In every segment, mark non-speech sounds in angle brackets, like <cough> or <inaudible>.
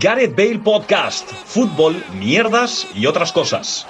Gareth Bale Podcast, fútbol, mierdas y otras cosas.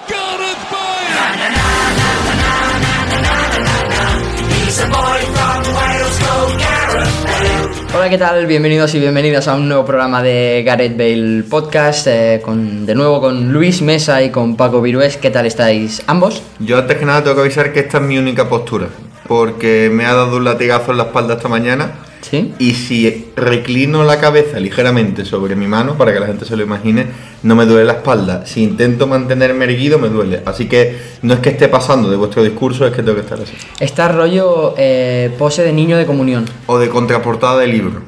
Hola, ¿qué tal? Bienvenidos y bienvenidas a un nuevo programa de Gareth Bale Podcast, eh, con, de nuevo con Luis Mesa y con Paco Virués. ¿Qué tal estáis ambos? Yo antes que nada tengo que avisar que esta es mi única postura, porque me ha dado un latigazo en la espalda esta mañana ¿Sí? y si reclino la cabeza ligeramente sobre mi mano, para que la gente se lo imagine, no me duele la espalda. Si intento mantenerme erguido, me duele. Así que no es que esté pasando de vuestro discurso, es que tengo que estar así. Está rollo eh, pose de niño de comunión. O de contraportada de libro.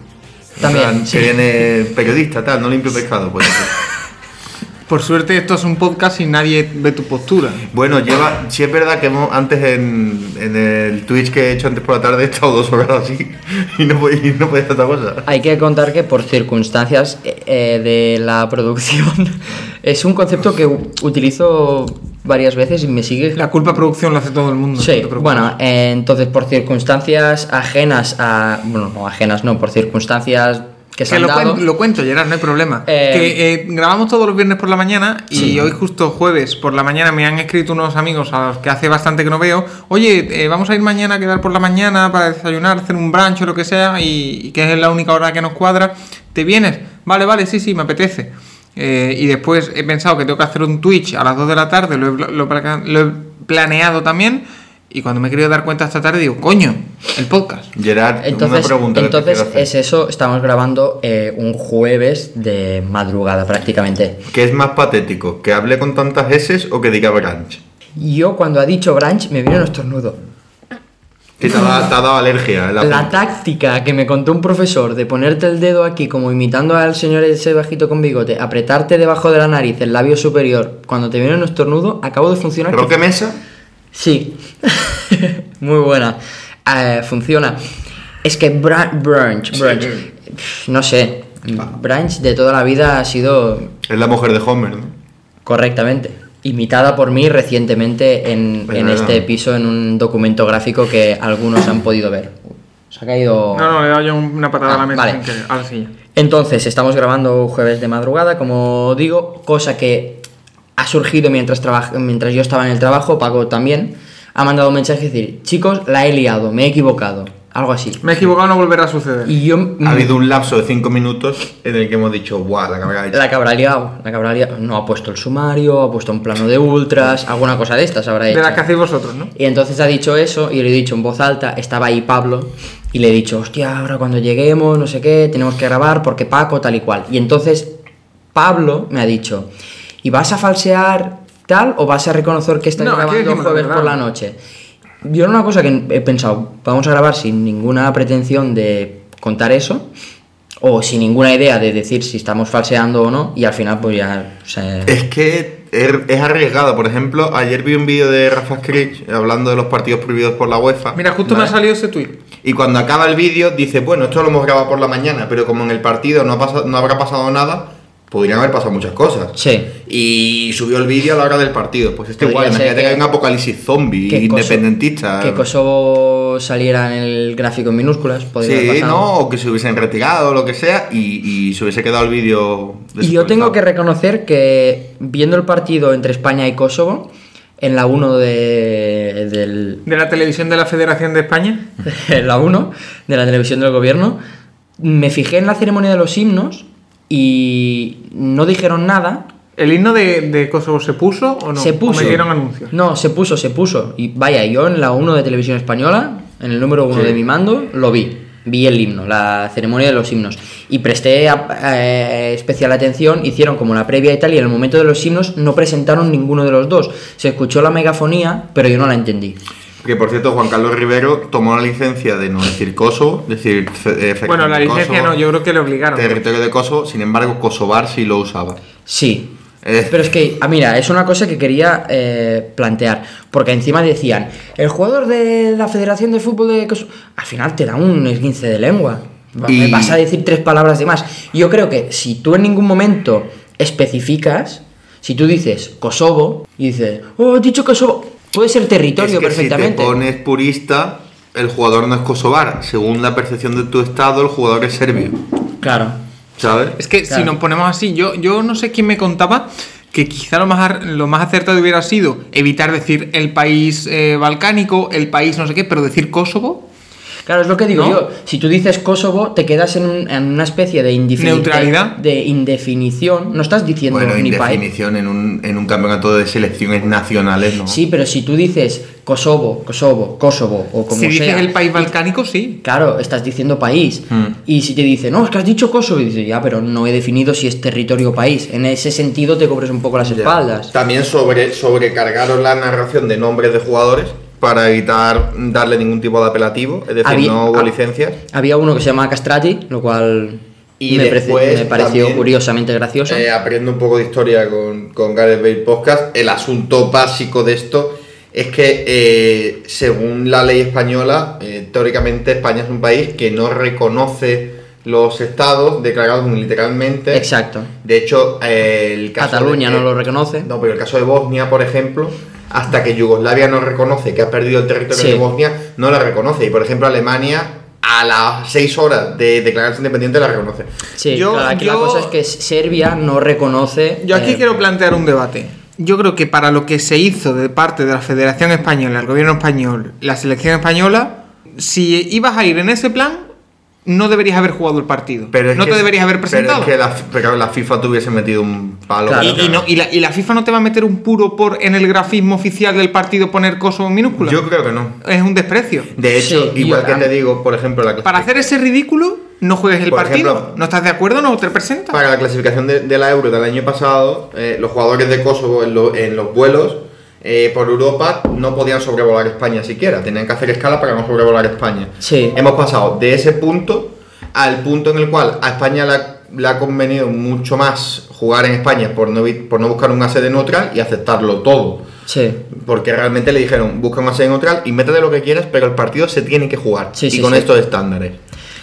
También, O sea, sí. Que viene periodista, tal, no limpio pescado. Pues. Por suerte esto es un podcast y nadie ve tu postura. Bueno, lleva, sí es verdad que hemos, antes en, en el Twitch que he hecho antes por la tarde he estado dos horas así <laughs> y no podía, y no podía hacer otra cosa. Hay que contar que por circunstancias eh, eh, de la <laughs> producción es un concepto que u- utilizo varias veces y me sigue La culpa producción la hace todo el mundo. no Sí, te preocupes. bueno, eh, entonces por circunstancias ajenas a. Bueno, no ajenas, no, por circunstancias que se Que han lo, dado. cuen- lo cuento, Gerard, no hay problema. Eh, que eh, grabamos todos los viernes por la mañana y Sí. hoy justo jueves por la mañana me han escrito unos amigos a los que hace bastante que no veo. Oye, eh, vamos a ir mañana a quedar por la mañana para desayunar, hacer un brunch o lo que sea y, y que es la única hora que nos cuadra. ¿Te vienes? Vale, vale, sí, sí, me apetece. Eh, y después he pensado que tengo que hacer un Twitch a las 2 de la tarde, lo he, pla- lo placa- lo he planeado también. Y cuando me he querido dar cuenta esta tarde, digo, coño, el podcast. Gerard, Entonces, una pregunta. que te entonces quiero hacer. es eso, estamos grabando eh, un jueves de madrugada prácticamente. ¿Qué es más patético? ¿Que hable con tantas S o que diga branch? Yo cuando ha dicho brunch me vino un estornudo. Que te ha, da- te ha dado alergia. en la La punta. táctica que me contó un profesor de ponerte el dedo aquí como imitando al señor ese bajito con bigote, apretarte debajo de la nariz, el labio superior, cuando te viene un estornudo, acabo de funcionar. Roque Mesa, Sí, <laughs> muy buena. Eh, funciona. Es que bra- brunch, brunch, pf, no sé, brunch de toda la vida ha sido es la mujer de Homer, ¿no? correctamente imitada por mí recientemente en, Pues en nada. este piso en un documento gráfico que algunos han podido ver. Se ha caído... No, no, le he dado yo una patada a Ah, la mesa vale. sin querer. Ahora sí ya. Entonces, estamos grabando jueves de madrugada, como digo, cosa que ha surgido mientras, trabaj- mientras yo estaba en el trabajo, Paco también, ha mandado un mensaje y decir, chicos, la he liado, me he equivocado, algo así. Me he equivocado, no volverá a suceder. Y yo... mm, Ha habido un lapso de cinco minutos en el que hemos dicho, guau, la cabra hecha. La que habrá liado, la que habrá liado, no ha puesto el sumario, ha puesto un plano de ultras, alguna cosa de estas habrá de hecho. las que hacéis vosotros, ¿no? Y entonces ha dicho eso y le he dicho en voz alta, estaba ahí Pablo, y le he dicho, hostia, ahora cuando lleguemos, no sé qué, tenemos que grabar porque Paco, tal y cual. Y entonces Pablo me ha dicho, ¿y vas a falsear tal o vas a reconocer que estás No, aquí grabando decimos la jueves verdad. por la noche? Yo era una cosa que he pensado, vamos a grabar sin ninguna pretensión de contar eso, o sin ninguna idea de decir si estamos falseando o no, y al final pues ya... se- Es que er- es arriesgada. Por ejemplo, ayer vi un vídeo de Rafa Scritch hablando de los partidos prohibidos por la UEFA. Mira, justo me ha ¿vale? salido ese tuit. Y cuando acaba el vídeo, dice, bueno, esto lo hemos grabado por la mañana, pero como en el partido no, ha pasado- no habrá pasado nada, podrían haber pasado muchas cosas. Sí. Y subió el vídeo a la hora del partido. Pues este Podría guay, ser imagínate que, que- hay un apocalipsis zombie, que Kosovo- independentista. Que Kosovo saliera en el gráfico en minúsculas, podría haber Sí, pasado. ¿no? O que se hubiesen retirado, lo que sea, y, y se hubiese quedado el vídeo. Y yo tengo que desactualizado. reconocer que viendo el partido entre España y Kosovo, en la 1 de, del, <laughs> De la televisión de la Federación de España. en la 1 de la televisión del gobierno, me fijé en la ceremonia de los himnos y no dijeron nada. ¿El himno de, de Kosovo se puso o no? se puso. ¿O metieron anuncios? No, se puso, se puso. Y vaya, yo en la 1 de televisión española, en el número 1 Sí. de mi mando, lo vi. Vi el himno, la ceremonia de los himnos. Y presté a- eh, especial atención, hicieron como la previa y tal, y en el momento de los himnos no presentaron ninguno de los dos. Se escuchó la megafonía, pero yo no la entendí. Que por cierto, Juan Carlos Rivero tomó la licencia de no decir Kosovo, decir. eh, Bueno, la licencia Kosovo, no, yo creo que le obligaron. Territorio de Kosovo, sin embargo, Kosovar sí lo usaba. Sí. Eh. Pero es que, ah, mira, es una cosa que quería eh, plantear. Porque encima decían, el jugador de la Federación de Fútbol de Kosovo. Al final te da un esguince de lengua. Va- Y- Me vas a decir tres palabras de más. Yo creo que si tú en ningún momento especificas, si tú dices Kosovo y dices, oh, he dicho Kosovo, puede ser territorio es que Si perfectamente. te pones purista, el jugador no es kosovar. Según la percepción de tu estado, el jugador es serbio. Claro. ¿Sabes? Es que Claro. si nos ponemos así, yo, yo no sé quién me contaba que quizá lo más, ar- lo más acertado hubiera sido evitar decir el país eh, balcánico, el país no sé qué, pero decir Kosovo, Claro, es lo que digo ¿No? yo. Si tú dices Kosovo, te quedas en, un- en una especie de indefini- Neutralidad. De, de indefinición. No estás diciendo Bueno, en ni país. definición, en un, en un campeonato de selecciones nacionales, ¿no? Sí, pero si tú dices Kosovo, Kosovo, Kosovo o como si dices sea. el país balcánico, sí. Claro, estás diciendo país. Y si te dice, no, es que has dicho Kosovo, y dices, ya, pero no he definido si es territorio o país. En ese sentido te cobres un poco las espaldas. También sobre, sobrecargaron la narración de nombres de jugadores para evitar darle ningún tipo de apelativo, es decir, Había- no hubo ah. licencias. Había uno que se llamaba Castrati, lo cual Y me, parece- después me pareció también, curiosamente gracioso. Eh, aprendo un poco de historia con, con Gareth Bale Podcast. El asunto básico de esto es que, eh, según la ley española, eh, teóricamente España es un país que no reconoce los estados declarados literalmente. Exacto. De hecho, eh, el caso. Cataluña de- no lo reconoce. No, pero el caso de Bosnia, por ejemplo, hasta que Yugoslavia no reconoce que ha perdido el territorio Sí. de Bosnia, no la reconoce. Y, por ejemplo, Alemania, a las 6 horas de declararse independiente, la reconoce. Sí, Yo- claro, aquí la yo- cosa es que Serbia no reconoce. Yo aquí eh, quiero plantear un debate. Yo creo que para lo que se hizo de parte de la Federación Española, el Gobierno Español, la Selección Española, si ibas a ir en ese plan, no deberías haber jugado el partido. Pero es no que- te deberías haber presentado. Pero es que la, pero la FIFA te hubiese metido un palo. Claro. Y, y no- y la, y la FIFA no te va a meter un puro por en el grafismo oficial del partido poner Kosovo en minúscula. Yo creo que no. Es un desprecio. De hecho, Sí, igual yo- que te digo, por ejemplo, la Para hacer ese ridículo, no juegues el Por partido. ejemplo- ¿No estás de acuerdo? No te presentas. Para la clasificación de, de la Euro del año pasado, eh, los jugadores de Kosovo en, lo- en los vuelos eh, por Europa no podían sobrevolar España siquiera, tenían que hacer escala para no sobrevolar España. Sí. Hemos pasado de ese punto al punto en el cual a España le ha- le ha convenido mucho más jugar en España por no, vi- por no buscar un asede neutral y aceptarlo todo. Sí. Porque realmente le dijeron, busca una sede neutral y métete lo que quieras, pero el partido se tiene que jugar. Sí, y sí, con sí. estos estándares.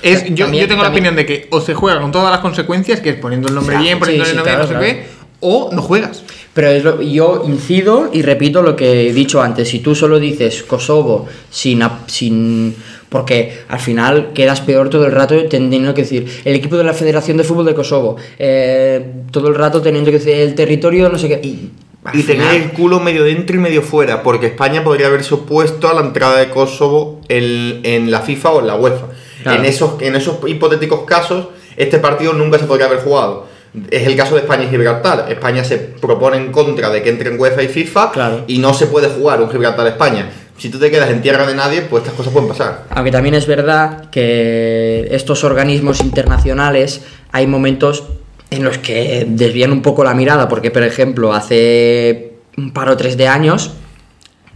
Es- Ta- yo, también- yo tengo la opinión también- de que o se juega con todas las consecuencias, que es poniendo el nombre Claro, bien, poniendo sí, el sí, nombre claro, no sé claro. qué, o no juegas. Pero es lo- yo incido y repito lo que he dicho antes. Si tú solo dices Kosovo sin, ap- sin. Porque al final quedas peor todo el rato teniendo que decir el equipo de la Federación de Fútbol de Kosovo. eh, todo el rato teniendo que decir el territorio, no sé qué. Y, al Y tener final- el culo medio dentro y medio fuera, porque España podría haberse opuesto a la entrada de Kosovo en, en la FIFA o en la UEFA. Claro. En, esos, en esos hipotéticos casos, este partido nunca se podría haber jugado. Es el caso de España y Gibraltar. España se propone en contra de que entren UEFA y FIFA Claro. y no se puede jugar un Gibraltar-España. Si tú te quedas en tierra de nadie, pues estas cosas pueden pasar. Aunque también es verdad que estos organismos internacionales hay momentos en los que desvían un poco la mirada, porque por ejemplo hace un par o tres de años,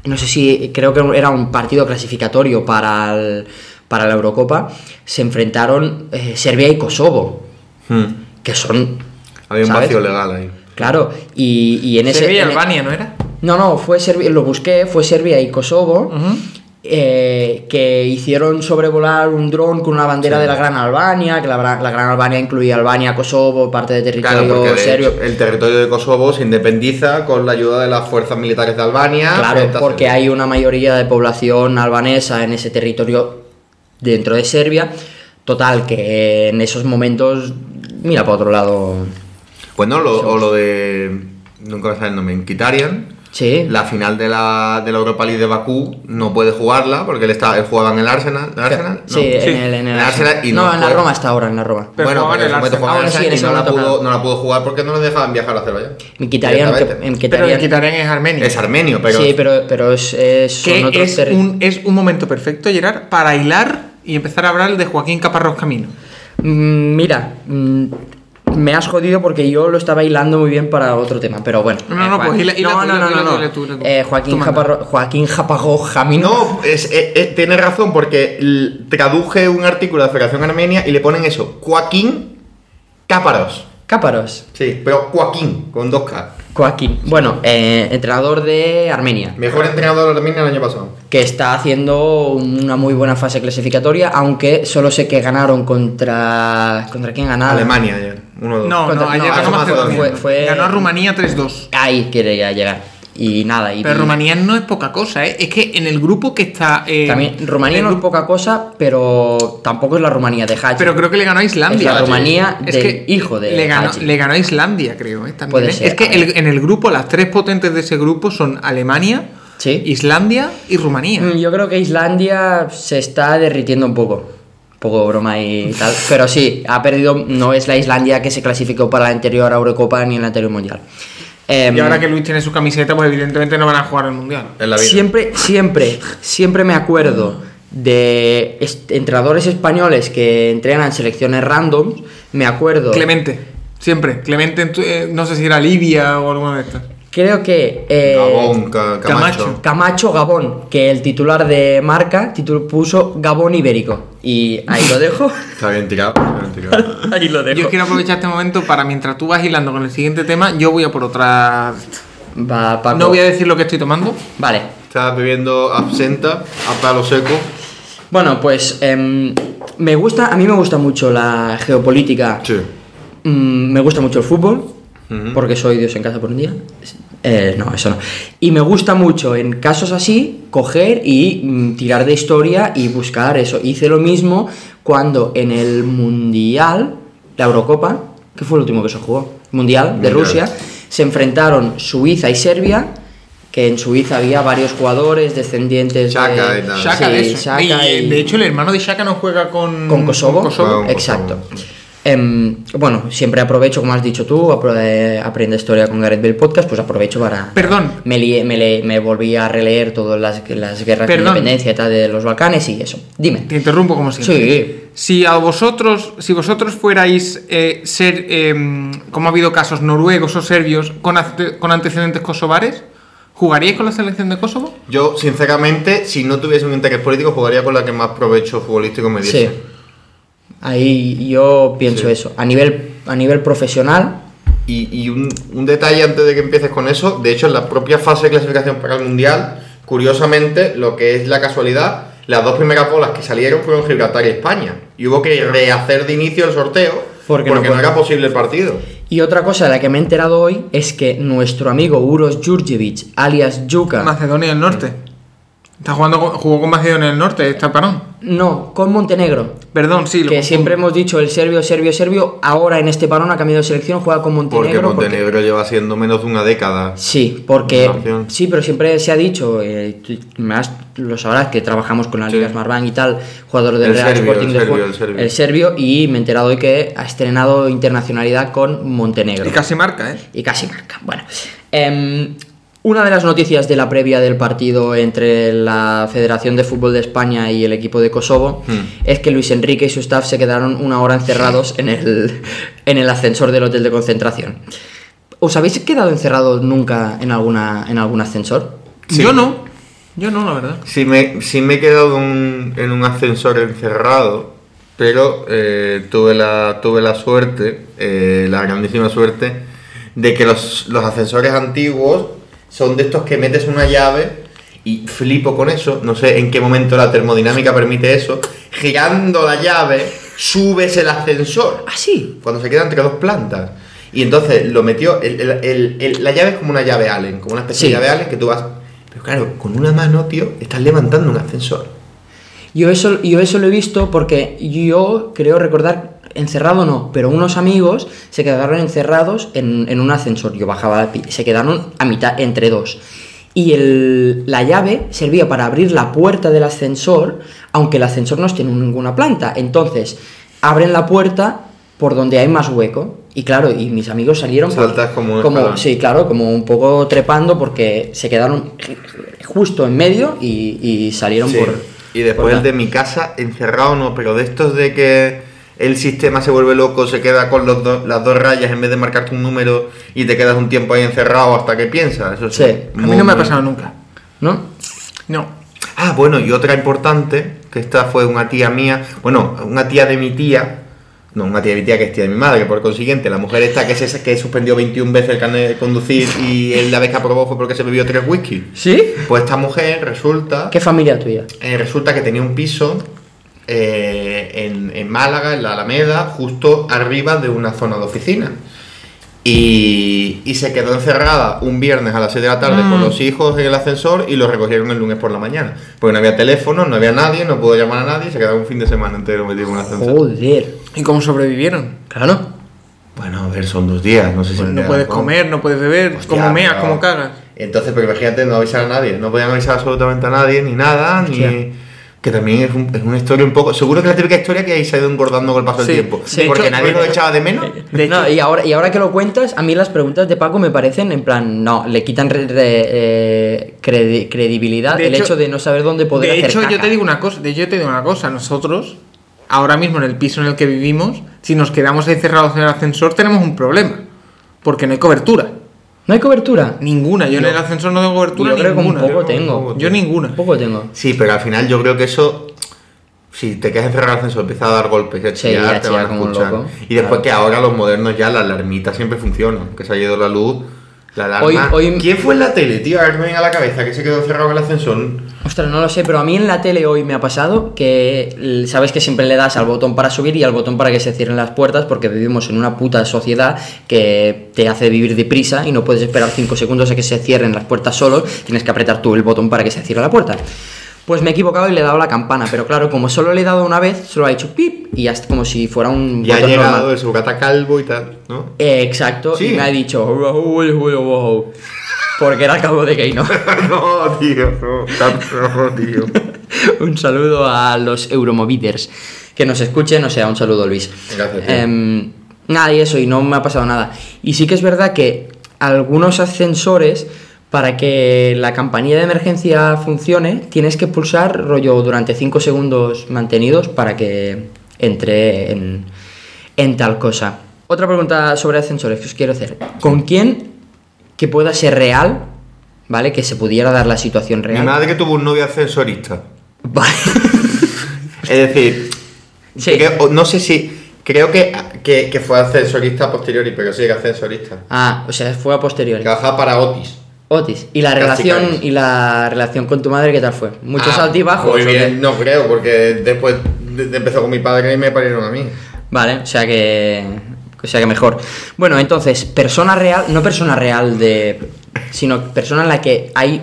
no sé si creo que era un partido clasificatorio para, el- para la Eurocopa, se enfrentaron eh, Serbia y Kosovo, que son... Había un Hmm. ¿sabes? vacío legal ahí. Claro, y, y en ese... Serbia y en- e- Albania, ¿no era? no, no, fue Serbia, lo busqué, fue Serbia y Kosovo, eh, que hicieron sobrevolar un dron con una bandera de la Gran Albania, que la, bra- la Gran Albania incluía Albania, Kosovo, parte de Claro, territorio porque de serbio. hecho, el territorio de Kosovo se independiza con la ayuda de las fuerzas militares de Albania. Claro, Esta- porque hay una mayoría de población albanesa en ese territorio dentro de Serbia. Total, que en esos momentos, mira para otro lado. Bueno, Pues lo, o lo de. Nunca me sale el nombre. Quitarian. Sí, La final de la, de la Europa League de Bakú no puede jugarla porque él, está, él jugaba en el Arsenal. ¿el Arsenal? No. sí, Sí. en el, en el En Arsenal y no, no en la fue. Roma está ahora, en la Roma. Pero bueno, jugaba en porque el en ese momento jugaba en el Arsenal. Ah, bueno, sí, Arsenal y en no ese la, momento, pudo, claro. no la pudo jugar porque no le dejaban viajar a Azerbaiyán. Me quitarían, Directamente. me Pero quitarían- el Kitarian es Armenia. Es armenio, pero. sí, pero, pero es, es- que son otros es terri- un, es un momento perfecto, Gerard, para hilar y empezar a hablar de Joaquín Caparrós Camino. Mm, Mira, mm, me has jodido porque yo lo estaba hilando muy bien para otro tema, pero bueno. eh, No, no, no, Juan- pues hila- hila no, tú, no, hila no, tú, no, hila no. tú, hila tú, hila tú. Eh, Joaquín, Tú manda. Japarro- Joaquín Japago Jamino. No, es, es- es- tiene razón porque l- traduje un artículo de la Federación Armenia y le ponen eso: Joaquín Cáparos. Cáparos. Sí, pero Joaquín, con dos K. Joaquín. Bueno, eh, entrenador de Armenia. Mejor entrenador de Armenia el año pasado. que está haciendo una muy buena fase clasificatoria, aunque solo sé que ganaron contra... ¿Contra quién ganaron? Alemania ayer. Uno, dos. No, Contra- no, ayer no, ganó Macedonia. Macedonia. Fue- fue- Ganó a Rumanía 3-2. Ahí quiere ya llegar. Y nada, y Pero Rumanía no es poca cosa, ¿eh? Es que en el grupo que está. eh, también Rumanía el no es grupo- poca cosa, pero tampoco es la Rumanía de Hachi. Pero creo que le ganó a Islandia. Es la Rumanía Es del que hijo de le ganó, Hachi. le ganó a Islandia, creo. ¿eh? También, Puede ¿eh? ser, Es que a ver. el- en el grupo, las tres potentes de ese grupo son Alemania, Sí. Islandia y Rumanía. Mm, Yo creo que Islandia se está derritiendo un poco. Un poco broma y <laughs> tal. Pero sí, ha perdido. No es la Islandia que se clasificó para la anterior Eurocopa ni en la anterior Mundial. Em, Y ahora que Luis tiene su camiseta, pues evidentemente no van a jugar al mundial. En la vida. Siempre, siempre, siempre me acuerdo de est- entrenadores españoles que entrenan selecciones randoms. Me acuerdo. Clemente, siempre. Clemente, en tu- eh, no sé si era Libia o alguna de estas. Creo que. eh, Gabón, Ca- Camacho. Camacho. Camacho Gabón, que el titular de marca titul- puso Gabón Ibérico. Y ahí <laughs> lo dejo. Está bien tirado, está bien tirado. ahí lo dejo. Yo quiero aprovechar este momento para mientras tú vas hilando con el siguiente tema, yo voy a por otra. Va, Paco. No voy a decir lo que estoy tomando. Vale. Estás bebiendo absenta a palo seco. Bueno, pues em, me gusta, a mí me gusta mucho la geopolítica. Sí. Mm, me gusta mucho el fútbol, porque soy Dios en casa por un día. Eh, no, eso no. Y me gusta mucho en casos así coger y mm, tirar de historia y buscar eso. Hice lo mismo cuando en el Mundial, la Eurocopa, que fue el último que se jugó, Mundial de Mundial. Rusia, se enfrentaron Suiza y Serbia, que en Suiza había varios jugadores descendientes Shaka de y tal. Shaka Ah, Sí, de eso. Shaka Y, eh, y- de hecho, el hermano de Shaka no juega con, con Kosovo. Mm, con Con Kosovo. Exacto. Em, bueno, siempre aprovecho, como has dicho tú, apro- eh, aprende historia con Gareth Bell Podcast, pues aprovecho para... Perdón, Me, lié- me, le- me volví a releer todas las, las guerras de Perdón. independencia y tal de los Balcanes y eso. Dime. te interrumpo como siempre. Sí. Si a vosotros, si vosotros fuerais eh, ser, eh, como ha habido casos noruegos o serbios con, ante- con antecedentes kosovares, ¿jugaríais con la selección de Kosovo? Yo, sinceramente, si no tuviese un interés político, jugaría con la que más provecho futbolístico me diese. Sí. Ahí yo pienso Sí. eso. A nivel, a nivel profesional, Y, y un, un detalle antes de que empieces con eso, de hecho en la propia fase de clasificación para el Mundial, curiosamente, lo que es la casualidad, las dos primeras bolas que salieron fueron Gibraltar y España. Y hubo que rehacer de inicio el sorteo Porque porque, no no, puede. era posible el partido. Y otra cosa de la que me he enterado hoy es que nuestro amigo Uros Jurjevic, alias Yuka, Macedonia del Norte. Está jugando, con- jugó con Macedonia del Norte, está parón. no, con Montenegro, Perdón, sí. lo que confundo. siempre hemos dicho el serbio, serbio, serbio, ahora en este parón ha cambiado de selección, juega con Porque Montenegro. porque- Montenegro lleva siendo menos de una década. Sí, porque Nación. sí, pero siempre se ha dicho, eh, tú más lo sabrás que trabajamos con la Sí. Liga Smartbank y tal, jugador del El Real serbio, Sporting el de serbio, Ju- el serbio. el serbio, y me he enterado hoy que ha estrenado internacionalidad con Montenegro Y casi marca, ¿eh? y casi marca. Bueno, em, una de las noticias de la previa del partido entre la Federación de Fútbol de España y el equipo de Kosovo es que Luis Enrique y su staff se quedaron una hora encerrados en el, en el ascensor del hotel de concentración. ¿Os habéis quedado encerrados nunca en, alguna, en algún ascensor? Sí. Yo no. Yo no, la verdad. Si me, sí me he quedado un- en un ascensor encerrado, pero eh, tuve, la, tuve la suerte, eh, la grandísima suerte, de que los, los ascensores antiguos son de estos que metes una llave y flipo con eso. No sé en qué momento la termodinámica permite eso. Girando la llave, subes el ascensor Ah, sí. cuando se queda entre dos plantas. Y entonces lo metió. el- el- el- el- la llave es como una llave Allen, como una especie Sí. de llave Allen que tú vas. Pero claro, con una mano, tío, estás levantando un ascensor. Yo eso, yo eso lo he visto porque yo creo recordar, encerrado no, pero unos amigos se quedaron encerrados en, en un ascensor. Yo bajaba, pi- se quedaron a mitad, entre dos. Y el- la llave servía para abrir la puerta del ascensor, aunque el ascensor no esté en ninguna planta. Entonces, abren la puerta por donde hay más hueco. Y claro, y mis amigos salieron por- Saltas como un escalón. sí, claro, como un poco trepando porque se quedaron justo en medio y, y salieron Sí. por... y después por el de mi casa, encerrado no, pero de estos de que el sistema se vuelve loco, se queda con los do- las dos rayas en vez de marcarte un número y te quedas un tiempo ahí encerrado hasta que piensas. Eso sí. Sí. A mí Muy- no me ha pasado nunca. ¿No? No. Ah, bueno, y otra importante, que esta fue una tía mía, bueno, una tía de mi tía, no, una tía de mi tía que es tía de mi madre, que por consiguiente, la mujer esta que, se, que suspendió 21 veces el carnet de conducir y él la vez que aprobó fue porque se bebió tres whisky. ¿Sí? Pues esta mujer resulta, ¿Qué familia tuya? eh, resulta que tenía un piso eh, en, en Málaga, en la Alameda, justo arriba de una zona de oficina. Y, y se quedó encerrada un viernes a las 6 de la tarde Mm. con los hijos en el ascensor y los recogieron el lunes por la mañana. Porque no había teléfono, no había nadie, no pudo llamar a nadie, se quedó un fin de semana entero metido en un ascensor. Joder. ¿Y cómo sobrevivieron? Claro. Bueno, a ver, son dos días, no sé si Pues me no da puedes algo. comer, no puedes beber, Pues Hostia, como meas, pero- como cagas. Entonces, pero imagínate, no avisar a nadie, no podían avisar absolutamente a nadie, ni nada, Hostia. ni. Que también es, un- es una historia un poco. Seguro que la típica historia que ahí se ha ido engordando con el paso Sí, del tiempo. sí, de porque hecho- nadie de eh, lo hecho- echaba de menos. De No, hecho- y ahora, y ahora que lo cuentas, a mí las preguntas de Paco me parecen en plan, no, le quitan re- re- eh, credi- credibilidad De el hecho- hecho de no saber dónde poder de hacer hecho, yo caca. te digo una cosa, de hecho, yo te digo una cosa, nosotros, ahora mismo en el piso en el que vivimos, si nos quedamos ahí cerrados en el ascensor, tenemos un problema. Porque no hay cobertura. No hay cobertura. Ninguna. Yo, en el ascensor no tengo cobertura Yo creo que un ninguna. poco poco tengo. Yo ninguna. Un poco tengo. Sí, pero al final yo creo que eso. Si te quedas encerrado en el ascensor, empieza a dar golpes y a Sí, chillar, a te chillar van a como un escuchar. loco. Y después Claro. que ahora los modernos ya la alarmita siempre funciona. Que se ha ido la luz, la alarma. Hoy- hoy- ¿Quién fue en la tele, tío? A ver, me venga a la cabeza que se quedó encerrado en el ascensor. Ostras, no lo sé, pero a mí en la tele hoy me ha pasado que l- sabes que siempre le das al botón para subir y al botón para que se cierren las puertas porque vivimos en una puta sociedad que te hace vivir deprisa y no puedes esperar 5 segundos a que se cierren las puertas solo, tienes que apretar tú el botón para que se cierre la puerta. Pues me he equivocado y le he dado la campana, pero claro, como solo le he dado una vez, solo ha hecho pip y ya es como si fuera un Ya ha botón llegado normal. el sucata calvo y tal, ¿no? Eh, exacto, Sí. y me ha dicho porque era el cabo de <laughs> gay, ¿no? no, tío, no, no, tío. <laughs> un saludo a los Euromoviders que nos escuchen, o sea, un saludo Luis. Gracias, tío. Em, nada, y eso, y no me ha pasado nada. Y sí que es verdad que algunos ascensores, para que la campanilla de emergencia funcione, tienes que pulsar rollo durante 5 segundos mantenidos para que entre en, en tal cosa. Otra pregunta sobre ascensores que os quiero hacer. ¿Con quién que pueda ser real, ¿vale? Que se pudiera dar la situación Mi real. madre tuvo un novio ascensorista. <laughs> Vale. Es decir, Sí. creo- no sé si. Creo que, que, que fue ascensorista posteriori, pero sí que ascensorista. Ah, o sea, fue a posteriori. Trabaja para Otis. Otis, ¿y la Casi relación caes. y la relación con tu madre qué tal fue? Muchos Ah, altibajos. Muy o bien, qué? no creo, porque después de- de- empezó con mi padre y me parieron a mí. Vale, o sea que o sea que mejor. Bueno, entonces, persona real, no persona real de sino persona en la que hay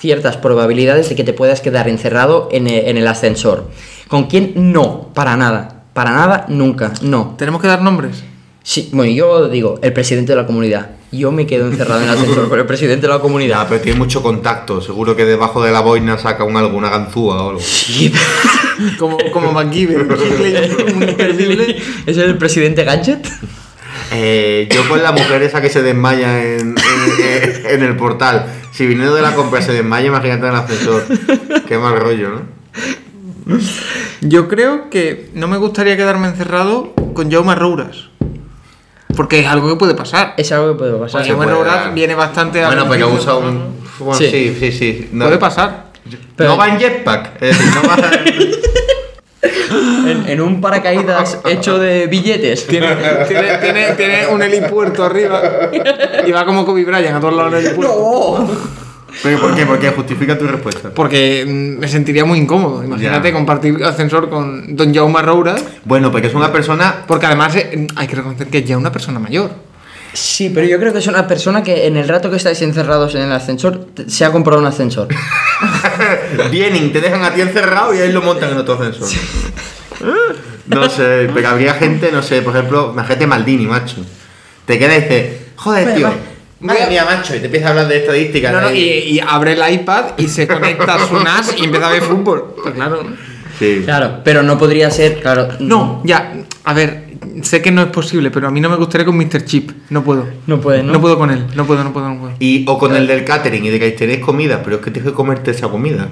ciertas probabilidades de que te puedas quedar encerrado en e- en el ascensor. ¿Con quién? No, para nada. Para nada, nunca, no. Tenemos que dar nombres. <laughs> Sí, bueno, yo digo, el presidente de la comunidad. Yo me quedo encerrado en el ascensor con el presidente de la comunidad. <laughs> Ya, pero tiene mucho contacto. Seguro que debajo de la boina saca un, alguna ganzúa o algo. Sí, Como, como MacGyver. un chicle, <laughs> un imperdible. ¿Es el presidente Gadget? Eh, yo con la mujer esa que se desmaya en, en- en el portal. Si viniendo de la compra se desmaya, imagínate en el ascensor. Qué mal rollo, ¿no? Yo creo que no me gustaría quedarme encerrado con Jaume Arrouras. Porque es algo que puede pasar. Es algo que puede pasar. Pues, Jaume puede Arrouras dar. viene bastante a- Bueno, pero usa un. bueno, Sí. sí, sí, sí. No, Puede pasar. Pero- no va en jetpack. Es decir, no va. <laughs> En, en un <laughs> paracaídas hecho de billetes. <laughs> Tiene, tiene- tiene- tiene un helipuerto arriba. Y va como Kobe Bryant a todos lados del helipuerto. ¿Pero por qué? Porque justifica tu respuesta. Porque mm, me sentiría muy incómodo. Imagínate Ya. compartir ascensor con don Jaume Arrouras. Bueno, porque es una persona. Porque además eh, hay que reconocer que es ya una persona mayor. Sí, pero yo creo que es una persona que en el rato que estáis encerrados en el ascensor t- se ha comprado un ascensor. Vienen, te dejan a ti encerrado y ahí lo montan en otro ascensor. ¿Eh? No sé, pero habría gente, no sé, por ejemplo, imagínate Maldini, macho. Te queda y dice, joder, Vale, tío. vale. Madre mía, macho, y te empieza a hablar de estadísticas. No, no, ahí. y, y abre el iPad y se conecta a su NAS y empieza a ver fútbol. Pues claro. Sí. Claro, pero no podría ser, claro. No, ya, a ver, sé que no es posible, pero a mí no me gustaría con Mr. Chip. No puedo. No puede, ¿no? No puedo con él. No puedo, no puedo, no puedo. Y, o con el del catering y de que tenéis comida, pero es que tienes que comerte esa comida.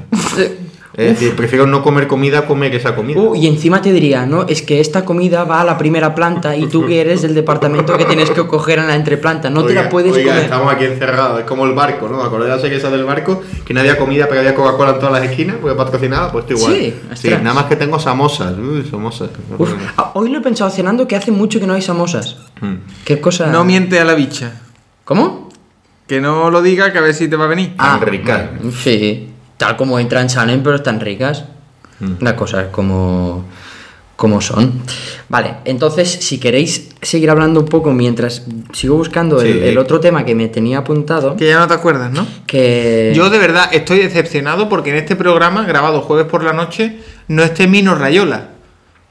Es decir, prefiero no comer comida a comer esa comida. Uh, y encima te diría, ¿no? Es que esta comida va a la primera planta y tú que eres del departamento que tienes que coger en la entreplanta, no te Oiga, la puedes oiga, comer. Estamos aquí encerrados, es como el barco, ¿no? Acordarse que esa del barco, que no había comida, pero había Coca-Cola en todas las esquinas, porque patrocinaba, pues esto igual. Sí, ostras. nada más que tengo samosas, uy, samosas. no Uf, problema. ah, hoy lo he pensado cenando que hace mucho que no hay samosas. Mm. ¿Qué cosa? No miente a la bicha. ¿Cómo? Que no lo diga, que a ver si te va a venir. Ah, Tan rica. Mm. Sí, tal como entra en Salem, pero están ricas. Las cosas como, como son. Vale, entonces si queréis seguir hablando un poco mientras sigo buscando el, Sí. el otro tema que me tenía apuntado, Que ya no te acuerdas, ¿no? que... Yo de verdad estoy decepcionado porque en este programa, grabado jueves por la noche, no esté Mino Rayola.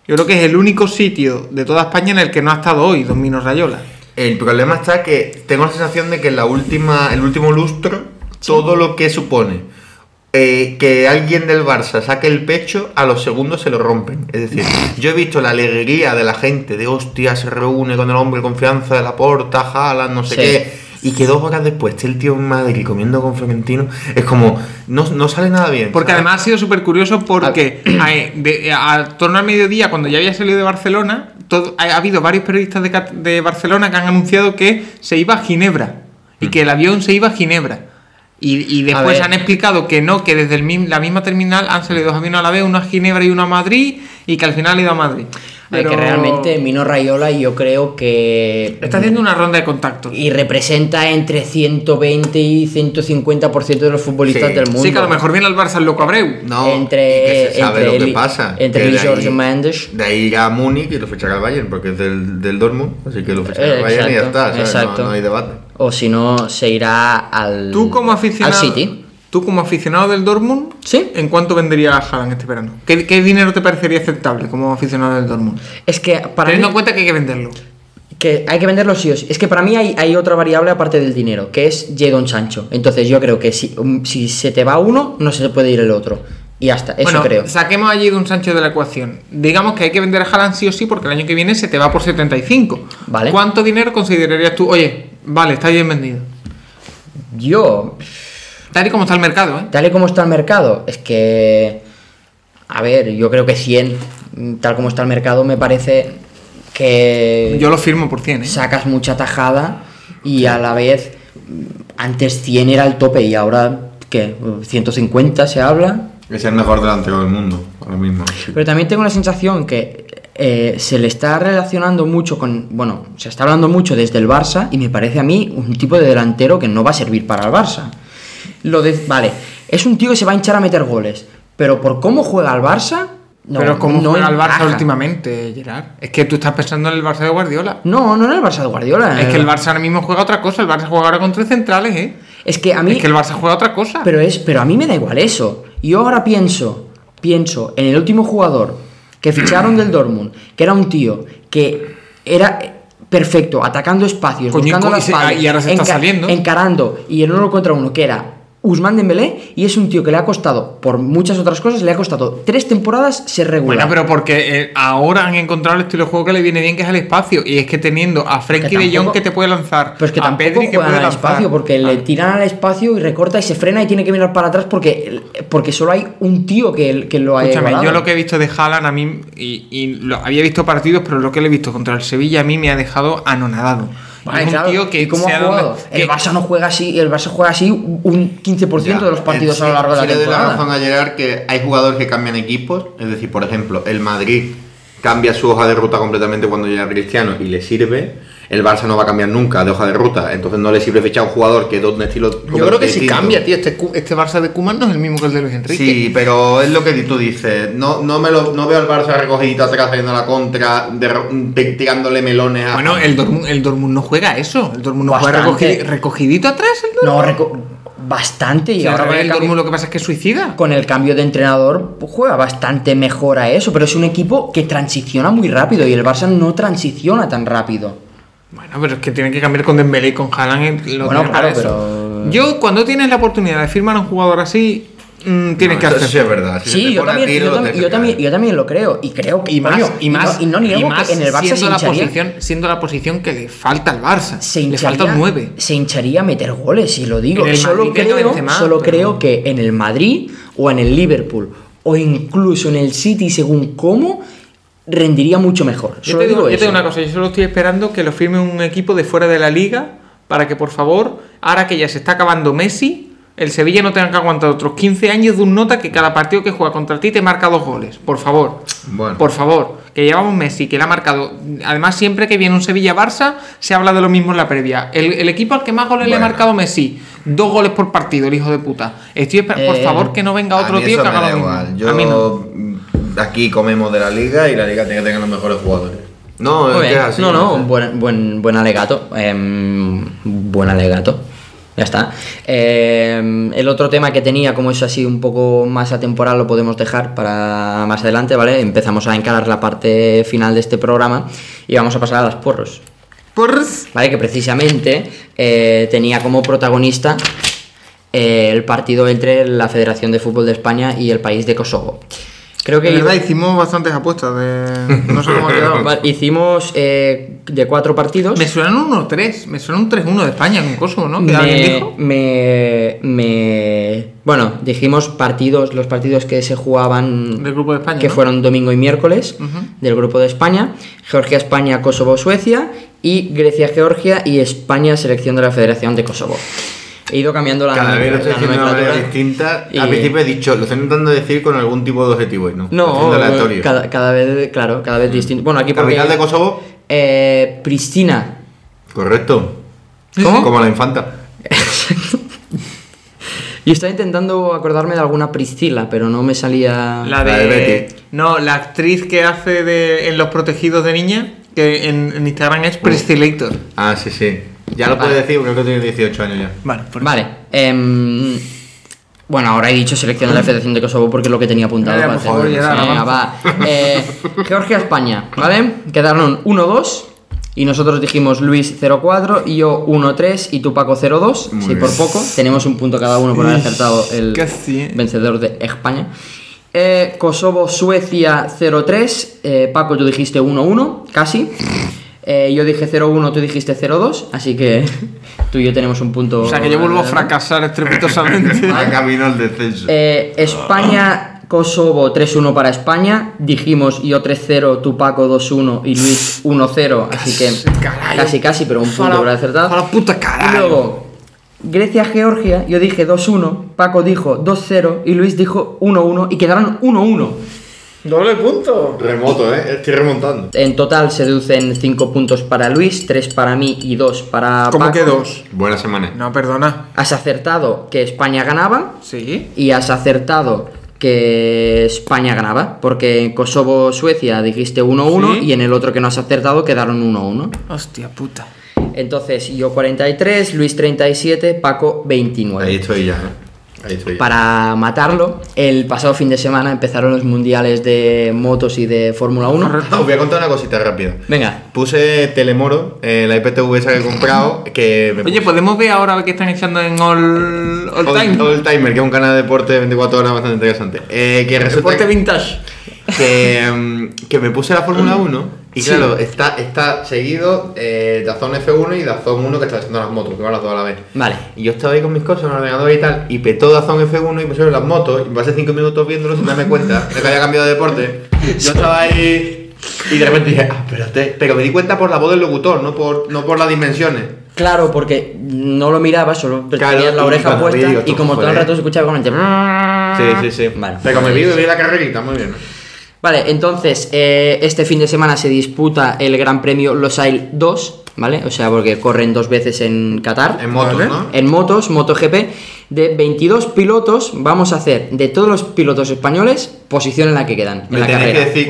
Yo creo que es el único sitio de toda España en el que no ha estado hoy Don Mino Rayola. El problema está que tengo la sensación de que en la última, el último lustro, todo lo que supone eh, que alguien del Barça saque el pecho, a los segundos se lo rompen. Es decir, yo he visto la alegría de la gente de hostia, se reúne con el hombre de confianza de la porta, jala, no sé Sí. qué. Y que dos horas después esté el tío en Madrid comiendo con Florentino, es como, no, no sale nada bien. Porque ¿sabes? además ha sido súper curioso porque Ah, <clears throat> a, de- a torno al mediodía, cuando ya había salido de Barcelona, todo- ha, ha habido varios periodistas de, Cat- de Barcelona que han anunciado que se iba a Ginebra y que el avión se iba a Ginebra. Y, y después Mm. ver. han explicado que no, que desde el mim- la misma terminal han salido dos aviones a la vez, uno a Ginebra y uno a Madrid, y que al final ha ido a Madrid. A ver, Pero que realmente Mino Rayola yo creo que... Está haciendo una ronda de contactos. Y representa entre 120 y 150% de los futbolistas Sí. del mundo. Sí, que a lo mejor viene al Barça el loco Abreu. No, entre- y que se sabe entre lo que Eli- pasa. entre que de Luis Jorge ahí- Mendes. De ahí irá a Múnich y lo fichará el Bayern, porque es del, del Dortmund, así que lo fichará Eh, el Bayern y ya exacto, está, ¿sabes? No- exacto. No, hay debate. O si no, se irá al... Tú como aficionado. Al City. Tú como aficionado del Dortmund, Sí. ¿en cuánto vendría a Haaland este verano? ¿Qué, qué dinero te parecería aceptable como aficionado del Dortmund? Es que para Teniendo mí, en cuenta que hay que venderlo. que hay que venderlo sí o sí. Es que para mí hay, hay otra variable aparte del dinero, que es Jadon Sancho. Entonces yo creo que si, um, si se te va uno, no se te puede ir el otro. Y hasta, eso bueno, creo. saquemos allí de un Sancho de la ecuación. Digamos que hay que vender a Haaland sí o sí porque el año que viene se te va por 75. Vale. ¿Cuánto dinero considerarías tú? Oye, vale, está bien vendido. Yo, Tal y como está el mercado, ¿eh? tal y como está el mercado, es que... A ver, yo creo que 100, mm, tal como está el mercado, me parece que... Yo lo firmo por 100, ¿eh? sacas mucha tajada y a la vez mm, antes 100 era el tope y ahora que 150 se habla. Es el mejor delantero del mundo, ahora mismo. Pero también tengo la sensación que eh, se le está relacionando mucho con, bueno, se está hablando mucho desde el Barça y me parece a mí un tipo de delantero que no va a servir para el Barça. Lo de, vale, es un tío que se va a hinchar a meter goles, pero por cómo juega el Barça, no, Pero como no juega el Barça encaja. últimamente, Gerard. Es que tú estás pensando en el Barça de Guardiola. No, no era el Barça de Guardiola. eh. Es que el Barça ahora mismo juega otra cosa. El Barça juega ahora con tres centrales, ¿eh? es que a mí Es que el Barça juega otra cosa. Pero, es, pero a mí me da igual eso. Yo ahora pienso, pienso en el último jugador que ficharon del Dortmund, que era un tío que era perfecto, atacando espacios, Coño, y buscando co- y las se- paredes, y ahora se está saliendo. encarando, y el uno contra uno, que era Usman Dembélé, y es un tío que le ha costado, por muchas otras cosas, le ha costado tres temporadas ser regular. bueno, pero porque eh, ahora han encontrado el estilo de juego que le viene bien, que es el espacio. Y es que teniendo a Frenkie de tampoco- Jong que te puede lanzar, Pero es que a tampoco Pedri que juegan puede al lanzar. Ah, espacio, porque le tiran al espacio y recorta y se frena y tiene que mirar para atrás porque, porque solo hay un tío que, que lo ha Escúchame, yo igualado. lo que he visto de Haaland a mí, y, y lo, había visto partidos, pero lo que le he visto contra el Sevilla a mí me ha dejado anonadado. Vale, Y es un claro, tío que ¿y cómo ha sea donde- jugado? que- El Barça no juega así, el Barça juega así un 15% de los partidos a lo largo de la Sí, Le doy la razón temporada. a Gerard que hay jugadores que cambian equipos, es decir, por ejemplo, el Madrid cambia su hoja de ruta completamente cuando llega Cristiano y le sirve. El Barça no va a cambiar nunca de hoja de ruta, entonces no le sirve fichar a un jugador que dos de estilo. yo creo que si distinto. cambia, tío. Este, Cu- este Barça de Kuman no es el mismo que el de Luis Enrique. Sí, pero es lo que tú dices. No, no, me lo, no veo al Barça recogidita atrás haciendo la contra, derro- t- tirándole melones a. Bueno, el Dortmund, el Dortmund no juega eso. El Dortmund no juega Bastante. recogi- recogidito atrás. El Dortmund. No, reco- bastante. Y Y ahora ahora con el, el Dortmund cambio, lo que pasa es que es suicida. con el cambio de entrenador pues, juega bastante mejor a eso, pero es un equipo que transiciona muy rápido y el Barça no transiciona tan rápido. Bueno, pero es que tienen que cambiar con Dembélé y con Haaland. eh, Lo Bueno, tienen para claro, eso. pero- Yo, cuando tienes la oportunidad de firmar a un jugador así, mm, tienes No, que eso hacer. Sí, es verdad. Si se Sí, te yo pone a también, tiro, yo, lo tam- tienes yo que también, caer. yo también lo creo. Y creo que. Y más, coño, y más, no, y no niego y más que en el Barça se siendo la hincharía- posición, siendo la posición que le falta al Barça. se le hincharía, falta un 9. se hincharía a meter goles, y lo digo. En el Solo, Madrid que no creo, vence más, solo pero- creo que en el Madrid o en el Liverpool o incluso en el City, según cómo, rendiría mucho mejor. Yo Solo te, digo, yo eso. te digo una cosa, yo solo estoy esperando que lo firme un equipo de fuera de la liga para que por favor, ahora que ya se está acabando Messi, el Sevilla no tenga que aguantar otros 15 años de un nota que cada partido que juega contra ti te marca dos goles. Por favor. Bueno. Por favor. Que llevamos Messi, que le ha marcado. Además, siempre que viene un Sevilla-Barça, se habla de lo mismo en la previa. El, el equipo al que más goles le ha Bueno. marcado Messi, dos goles por partido, el hijo de puta. Estoy esper- Eh, por favor, que no venga A otro mí tío eso que me haga da lo mismo. igual. Yo A mí no. mm, aquí comemos de la liga y la liga tiene que tener los mejores jugadores. No, Muy es bien. que es así. no, no, sé. buen, buen, buen alegato. em, buen alegato. Ya está. Em, el otro tema que tenía, como es así un poco más atemporal, lo podemos dejar para más adelante, ¿vale? Empezamos a encarar la parte final de este programa y vamos a pasar a las porros. Porras. ¿vale? Que precisamente eh, tenía como protagonista eh, el partido entre la Federación de Fútbol de España y el país de Kosovo. Creo que De verdad, hicimos bastantes apuestas de. No sé cómo ha <laughs> quedado. Vale, hicimos eh, de cuatro partidos. Me suenan unos 3, me suena un 3-1 de España con Kosovo, ¿no? ¿Que alguien me, dijo? me, me- bueno, dijimos partidos, los partidos que se jugaban Del grupo de España, que ¿no? fueron domingo y miércoles Ujú. del grupo de España, Georgia España, Kosovo Suecia y Grecia Georgia y España selección de la Federación de Kosovo. He ido cambiando la, Cada vez lo la estoy haciendo de una manera nomenclatura. distinta. Y- Al principio he dicho, lo estoy intentando decir con algún tipo de objetivo y no. No, eh, Haciendo aleatorio. Mm. cada, cada vez, claro, cada vez distinto. Bueno, aquí porque Capital de Kosovo, eh, Pristina. correcto. Sí, ¿Cómo? sí. Como la infanta. Y estaba intentando acordarme de alguna Priscila, pero no me salía. La La de. de Betty. No, la actriz que hace de, en Los Protegidos de Niña, que en, en Instagram es Priscillator. Ah, sí, sí. Ya lo puedes decir, creo que tiene 18 años ya. Vale, por Vale. em, bueno, ahora he dicho selección de la Federación de Kosovo porque es lo que tenía apuntado. Ya, ya, para por favor, hacer. ya, Venga, avanza. va. Eh, Georgia-España, ¿vale? Quedaron 1-2 y nosotros dijimos Luis 0-4 y yo 1-3 y tú Paco 0-2. Muy Si bien. por poco, tenemos un punto cada uno por haber acertado el Casi. ¿eh? vencedor de España. Eh, Kosovo-Suecia 0-3. eh, Paco, tú dijiste 1-1, casi. Eh, yo dije 0-1, tú dijiste 0-2, así que <laughs> tú y yo tenemos un punto. O sea que yo vuelvo a fracasar <laughs> estrepitosamente. Ha camino al descenso. Eh, España, Kosovo 3-1 para España. Dijimos yo 3-0, Tupaco 2-1 y Luis 1-0. Así que Caray. casi, casi, pero un punto por A la acertado. puta Y cara. luego, Grecia-Georgia, yo dije 2-1, Paco dijo 2-0 y Luis dijo 1-1 y quedaron 1-1. Doble punto. Remoto, ¿eh? Estoy remontando. En total se deducen 5 puntos para Luis, 3 para mí y 2 para ¿Cómo Paco. que dos? Buena semana. No, perdona. Has acertado que España ganaba. Sí. y has acertado que España ganaba, porque en Kosovo-Suecia dijiste 1-1 Sí. y en el otro que no has acertado quedaron 1-1. Hostia puta. Entonces, yo 43, Luis 37, Paco 29. Ahí estoy ya, ¿eh? Ahí estoy ya. Para matarlo, el pasado fin de semana empezaron los mundiales de motos y de Fórmula 1. Ah, os voy a contar una cosita rápida. Venga, Puse Telemoro, eh, la IPTV esa que he comprado, que me Oye, pues, puse- ¿podemos ver ahora que están echando en All, all Old- Time? Old Timer, que es un canal de deporte de 24 horas bastante interesante. Eh, que resulta Deporte que, Este vintage. que, mm, que me puse la Fórmula 1 y Sí. claro, está, está seguido eh, Dazón F1 y Dazón 1 que está haciendo las motos, que van las dos a la vez. vale. Y yo estaba ahí con mis cosas en el ordenador y tal, y petó Dazón F1 y pusieron las motos, y me pasé 5 minutos viéndolo sin darme cuenta de que había cambiado de deporte. Yo estaba ahí y de repente dije, ah, espérate, pero me di cuenta por la voz del locutor, no por, no por las dimensiones. Claro, porque no lo mirabas, solo Claro, tenías la y oreja cuando vi, puesta digo, y como todo el joder. rato se escuchaba con Sí, sí, sí. Vale. Pero me vi, me vi la carrerita, muy bien. Vale, entonces, eh, este fin de semana se disputa el Gran Premio Losail 2, ¿vale? O sea, porque corren dos veces en Qatar. En motos, Vale. ¿no? En motos, MotoGP. De 22 pilotos, vamos a hacer de todos los pilotos españoles, posición en la que quedan, en Me la tenés, carrera. que decir,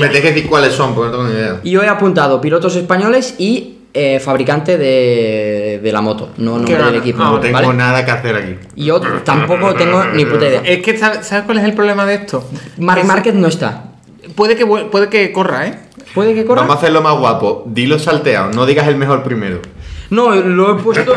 me tenés que decir cuáles son, porque no tengo ni idea. Y yo he apuntado pilotos españoles y eh, fabricante de, de la moto, no nombre del gana? equipo. No Ah, tengo ¿vale? nada que hacer aquí. Y yo tampoco tengo ni puta idea. Es que, ¿sabes sabes cuál es el problema de esto? Mark Que se- Márquez no está. Puede que, vu- puede que corra, ¿eh? ¿Puede que corra? Vamos a hacerlo más guapo. Dilo salteado, no digas el mejor primero. No, lo he <laughs> puesto.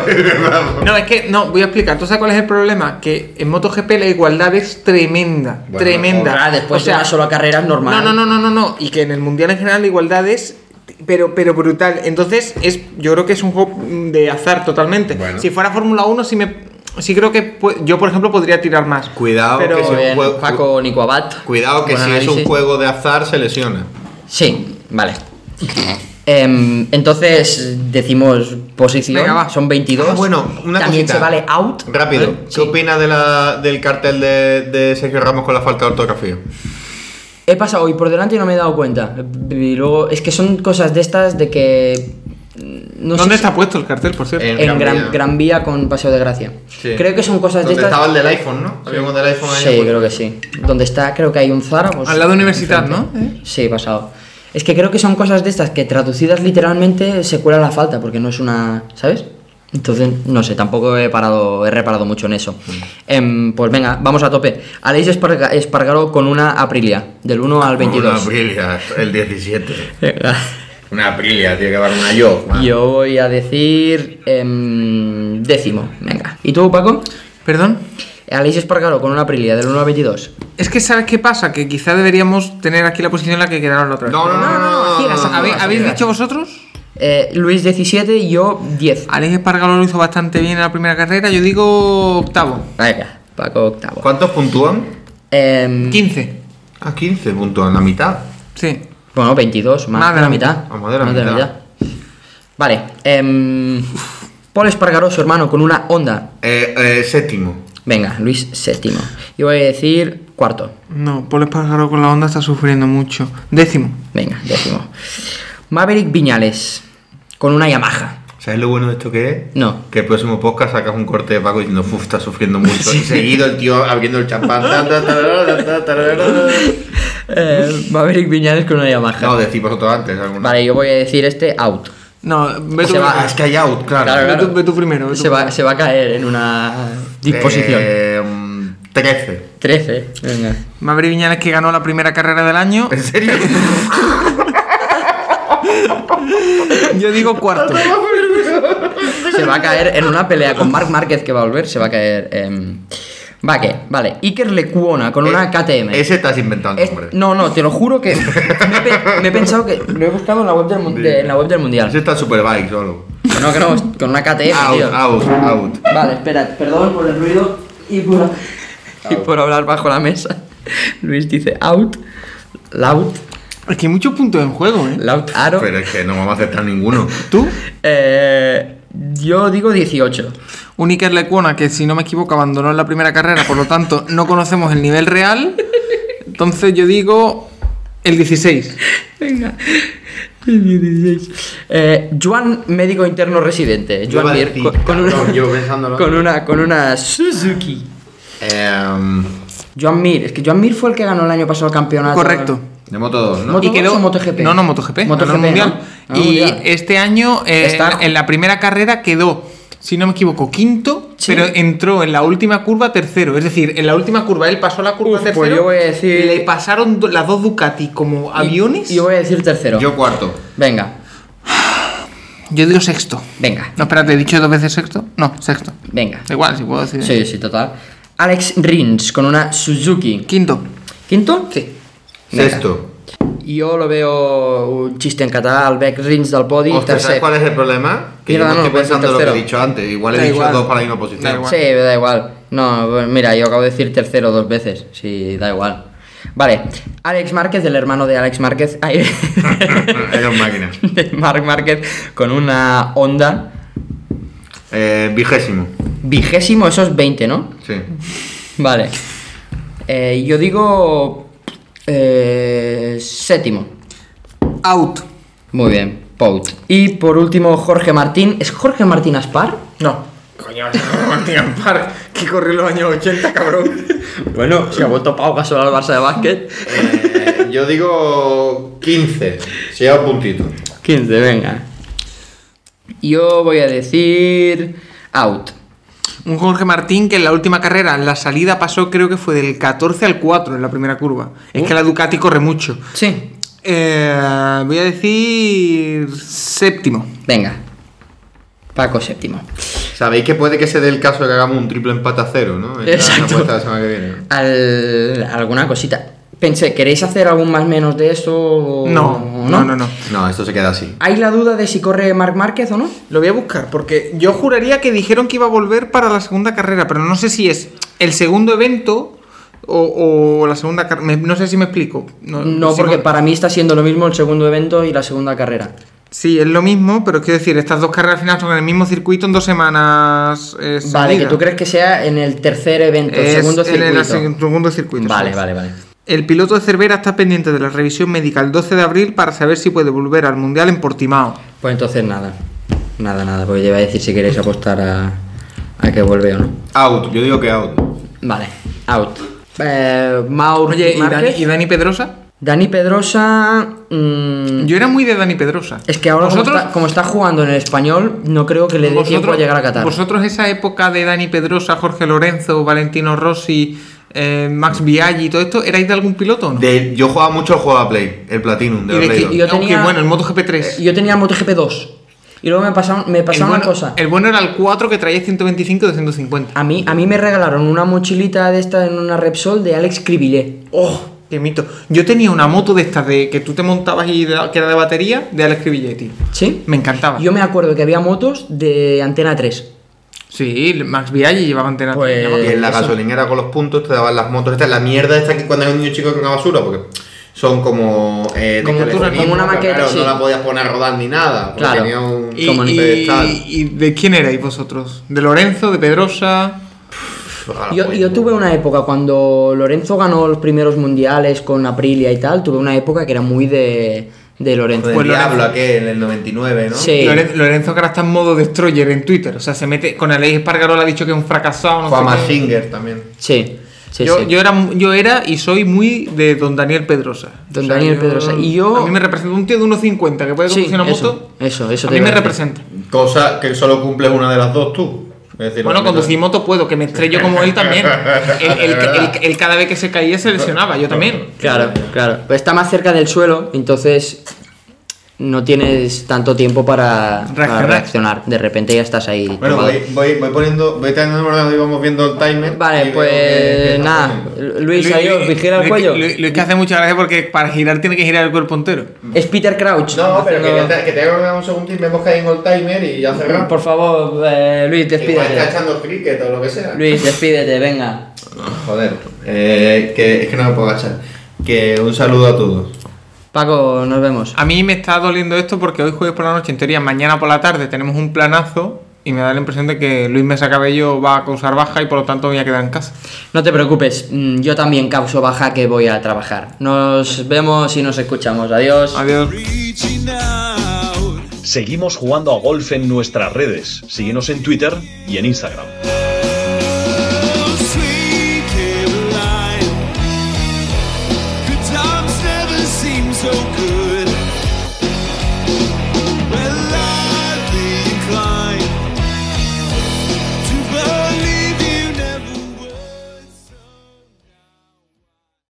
No, es que, no, voy a explicar. ¿Tú sabes cuál es el problema? Que en MotoGP la igualdad es tremenda, Bueno, tremenda. Ah, después O de sea, una sola carrera es normal. No, no, no, no, no, no. Y que en el mundial en general la igualdad es. Pero, pero brutal. Entonces, es, yo creo que es un juego de azar totalmente. Bueno. Si fuera Fórmula 1, sí me. Sí creo que pu- yo, por ejemplo, podría tirar más. Cuidado, Pero- eh, que si Muy es un bien, juego, Paco Nico Abad. Cuidado que Buen si es un análisis. juego de azar se lesiona. Sí, vale. Em, entonces decimos posición. Venga, va. Son 22. Ah, bueno, una También cosita. se vale out. Rápido, ¿vale? ¿qué Sí. opinas de la, del cartel de, de Sergio Ramos con la falta de ortografía? He pasado hoy por delante y no me he dado cuenta. Y luego, es que son cosas de estas de que. mm, no sé ¿Dónde si- está puesto el cartel, por cierto? Eh, En Gran Gran, Vía. Gran Vía con Paseo de Gracia. Sí. Creo que son cosas de Donde estas. estaba el del iPhone, ¿no? Había uno del iPhone ahí. Sí, creo que sí. Donde está, creo que hay un Zara. pues, Al lado de universidad, enfrente. ¿no? Sí, pasado. Es que creo que son cosas de estas que traducidas literalmente se cuela la falta, porque no es una. ¿Sabes? Entonces, no sé, tampoco he parado, he reparado mucho en eso. Mm. Em, pues venga, vamos a tope. Aleix Esparga- Espargaró con una aprilia, del 1 al Una 22. aprilia, el 17. Venga. <laughs> Una aprilia, tiene que dar una yo. man. Yo voy a decir em, décimo, venga. ¿Y tú, Paco? Perdón. Aleix Espargaró con una aprilia del 1 al 22. Es que ¿sabes qué pasa? Que quizá deberíamos tener aquí la posición en la que quedaron la otra vez. No, no, no, no, no, ciegas, no, no, ¿Habéis, no, habéis no, dicho vosotros? Eh, Luis 17 y yo 10. Alex Espargalo lo hizo bastante bien en la primera carrera. Yo digo octavo. Venga, Paco octavo. ¿Cuántos puntúan? Em, 15. Ah, 15 puntúan, la mitad. Sí. bueno, 22, más, de la mitad. Ah, más de la mitad. Vale. em, Paul Espargaró, su hermano, con una onda. Eh, eh, séptimo. Venga, Luis séptimo. Y voy a decir cuarto. No, Paul Espargaro con la onda está sufriendo mucho. Décimo. Venga, décimo. Maverick Viñales, con una Yamaha. ¿Sabes lo bueno de esto que es? No. Que el próximo podcast sacas un corte de Paco diciendo, uff, está sufriendo mucho. Y seguido el tío abriendo el champán. Ta, ta, tarara, ta, tarara. Eh, Maverick Viñales con una Yamaha. no, decís vosotros antes. Alguna. Vale, yo voy a decir este out. No, ve tú, Se Ah, va. es que hay out, claro. Claro, ve claro. tú- ve tú primero. ve tú Se va, se va a caer en una disposición. Eh, mm, 13. 13, venga. Maverick Viñales que ganó la primera carrera del año. ¿En serio? <laughs> Yo digo cuarto. Se va a caer en una pelea con Marc Márquez que va a volver, se va a caer. em. Va que, vale. Iker Lecuona con una Eh, KTM. Ese estás inventando, Es- hombre. no, no, te lo juro que me, he pe- me he pensado que lo he buscado en la web del, mun- de- en la web del mundial. Ese Ah, está Superbike solo. Que No, que no, con una KTM, Out, tío. out, out. Vale, espera, perdón por el ruido y por, y por hablar bajo la mesa. Luis dice out, loud, Es que hay muchos puntos en juego, ¿eh? loud aro. Pero es que no vamos a aceptar ninguno. ¿Tú? Eh, yo digo 18. Un Iker Lecuona que, si no me equivoco, abandonó en la primera carrera, por lo tanto, no conocemos el nivel real. Entonces yo digo el 16. Venga. El 16. Eh, Juan, médico interno residente. Yo Juan iba a Mir, decir, con, con cabrón, una, yo pensándolo. con una con una Suzuki. Em, Joan Mir, es que Joan Mir fue el que ganó el año pasado el campeonato. Correcto. de Moto 2, ¿no? Moto y quedó o MotoGP. No, no, MotoGP. ganó MotoGP, el mundial. ¿no? Y Ah, mundial. este año, eh, Está- en la primera carrera quedó, si no me equivoco, quinto, Sí. pero entró en la última curva tercero. Es decir, en la última curva, él pasó la curva Uf, pues tercero. yo voy a decir- Le pasaron do- las dos Ducati como aviones. Y yo voy a decir tercero. Yo cuarto. Venga, Yo digo sexto. venga, No, espérate, ¿he dicho dos veces sexto? No, sexto. venga. Da Igual, si puedo decir. Sí, sí, total. Alex Rins con una Suzuki. Quinto. ¿Quinto? Sí. Sexto. Jo lo veo un chiste en català, el Beck Rins del podi, Hostia, ¿sabes tercer. cuál es el problema? Que Mira, yo no, no estoy pues el pensando lo que he tercero. dicho antes. Igual he Da dicho igual. dos para la misma Da posición. igual. Sí, da igual. No, bueno, mira, yo acabo de decir tercero dos veces. Sí, da igual. Vale, Alex Márquez, el hermano de Alex Márquez, <laughs> ay, <laughs> Era un máquina. de Marc Márquez, con una Honda. Eh, vigésimo. Vigésimo, eso es 20, ¿no? <laughs> Sí. Vale. Eh, yo digo eh, séptimo. Out. Muy bien, Pout. Y por último, Jorge Martín. ¿Es Jorge Martín Aspar? No. Coño, <laughs> Martín Park, que corrió los años 80, cabrón. Bueno, se ha vuelto Pau Gasol al Barça de básquet. Eh, yo digo 15. Se lleva un puntito. 15, venga. Yo voy a decir out. Un Jorge Martín que en la última carrera, en la salida pasó creo que fue del 14 al 4 en la primera curva. Es que la Ducati corre mucho. Sí. Eh, voy a decir séptimo. Venga. Paco séptimo. Sabéis que puede que se dé el caso de que hagamos un triple empate a cero, ¿no? En la- en Exacto. La apuesta de la semana que viene. ¿no? Al- alguna cosita. Pensé, ¿queréis hacer algún más menos de esto? o- No, o no, no, no. No, esto se queda así. ¿Hay la duda de si corre Marc Márquez o no? Lo voy a buscar porque yo juraría que dijeron que iba a volver para la segunda carrera, pero no sé si es el segundo evento o, o la segunda carrera. No sé si me explico. No, No, si porque no- para mí está siendo lo mismo el segundo evento y la segunda carrera. Sí, es lo mismo, pero quiero decir, estas dos carreras al final son en el mismo circuito en dos semanas. eh, Vale, que seguidas. tú crees que sea en el tercer evento, el Es segundo en el circuito. seg- segundo circuito, Vale, sí. vale, vale. El piloto de Cervera está pendiente de la revisión médica el 12 de abril para saber si puede volver al Mundial en Portimao. Pues entonces nada. Nada, nada, porque te iba a decir si queréis apostar a, a que vuelve o no. Out, yo digo que out. Vale, out. Eh, Mau Oye, ¿y Dani, Márquez. y Dani Pedrosa? Dani Pedrosa. mm, Yo era muy de Dani Pedrosa. es que ahora, como Vosotros- está, como está jugando en el español, no creo que le dé tiempo a llegar a Qatar. Vosotros esa época de Dani Pedrosa, Jorge Lorenzo, Valentino Rossi, eh, Max Biaggi y todo esto, ¿erais de algún piloto o no? De- yo jugaba mucho el juego a Play, el Platinum de Y la de Play que- dos. y yo aunque, tenía- Eh, bueno, el MotoGP 3. Yo tenía MotoGP 2. Y luego me pasaron, me el, pasaron bueno, una cosa. el bueno era el 4 que traía 125 de 150. A mí, a mí me regalaron una mochilita de esta en una Repsol de Alex Cribillet. ¡Oh! ¡Qué mito! Yo tenía una moto de estas de que tú te montabas y de- que era de batería de Alex Cribilletti. ¿Sí? Me encantaba. Yo me acuerdo que había motos de Antena 3. Sí, Max Biaggi llevaba antena. Pues- Y en la Eso. gasolinera con los puntos te daban las motos. Esta es la mierda esta que cuando eres un niño chico que era una basura, porque son como. eh, de Como tú, telefonismo, como una pero maqueta, Claro, sí. no la podías poner a rodar ni nada. porque Claro. Tenía un, y, como un y- pedestal. y de quién erais vosotros? ¿De Lorenzo? ¿De Pedrosa? Pff, a la Yo, polla. yo tuve una época cuando Lorenzo ganó los primeros mundiales con Aprilia y tal, tuve una época que era muy de, de Lo Lorenzo. del Pues lo diablo era- aquel en el 99, ¿no? Sí. Loren- Lorenzo que ahora está en modo destroyer en Twitter. O sea, se mete con Alex Espargarola ha dicho que es un fracasado. No Fue a sé qué. Mazinger también. Sí, sí, yo, sí. yo era, yo era y soy muy de don Daniel Pedrosa. Don Daniel Pedrosa. Y yo- A mí me representa un tío de 1,50 que puede Sí, conducir una eso, moto. eso, eso A te mí iba me a decir. representa. Cosa que solo cumples una de las dos tú. Es decir, Bueno, la mitad. conducir moto puedo, que me estrello como él también. Él, él- él- él cada vez que se caía se lesionaba, yo también. Claro, claro. Pero está más cerca del suelo, entonces no tienes tanto tiempo para para Reaccionar. reaccionar. De repente ya estás ahí. Bueno, tumbado. voy, voy, voy poniendo. Voy teniendo orden y vamos viendo el timer. y Vale, veo que- pues que nada. está Luis, adiós, vigila el Luis- cuello. Luis, Luis que hace mucha gracia porque para girar tiene que girar el cuerpo entero. Es Peter Crouch. No, pero que, Haciendo- ya te- que te haga ordenar un segundo y vemos que hay en el timer y ya cerramos. Por favor, eh, Luis, Igual está despídete. echando cricket o lo que sea. Luis, despídete, venga. Joder, eh, que, es que no me puedo agachar. Que un saludo a todos. Paco, nos vemos. A mí me está doliendo esto porque hoy jueves por la noche, en teoría, mañana por la tarde tenemos un planazo y me da la impresión de que Luis Mesa Cabello va a causar baja y por lo tanto me voy a quedar en casa. No te preocupes, mm, yo también causo baja que voy a trabajar. Nos vemos y nos escuchamos. Adiós. Adiós. Reaching out. Seguimos jugando a golf en nuestras redes. Síguenos en Twitter y en Instagram. Oh,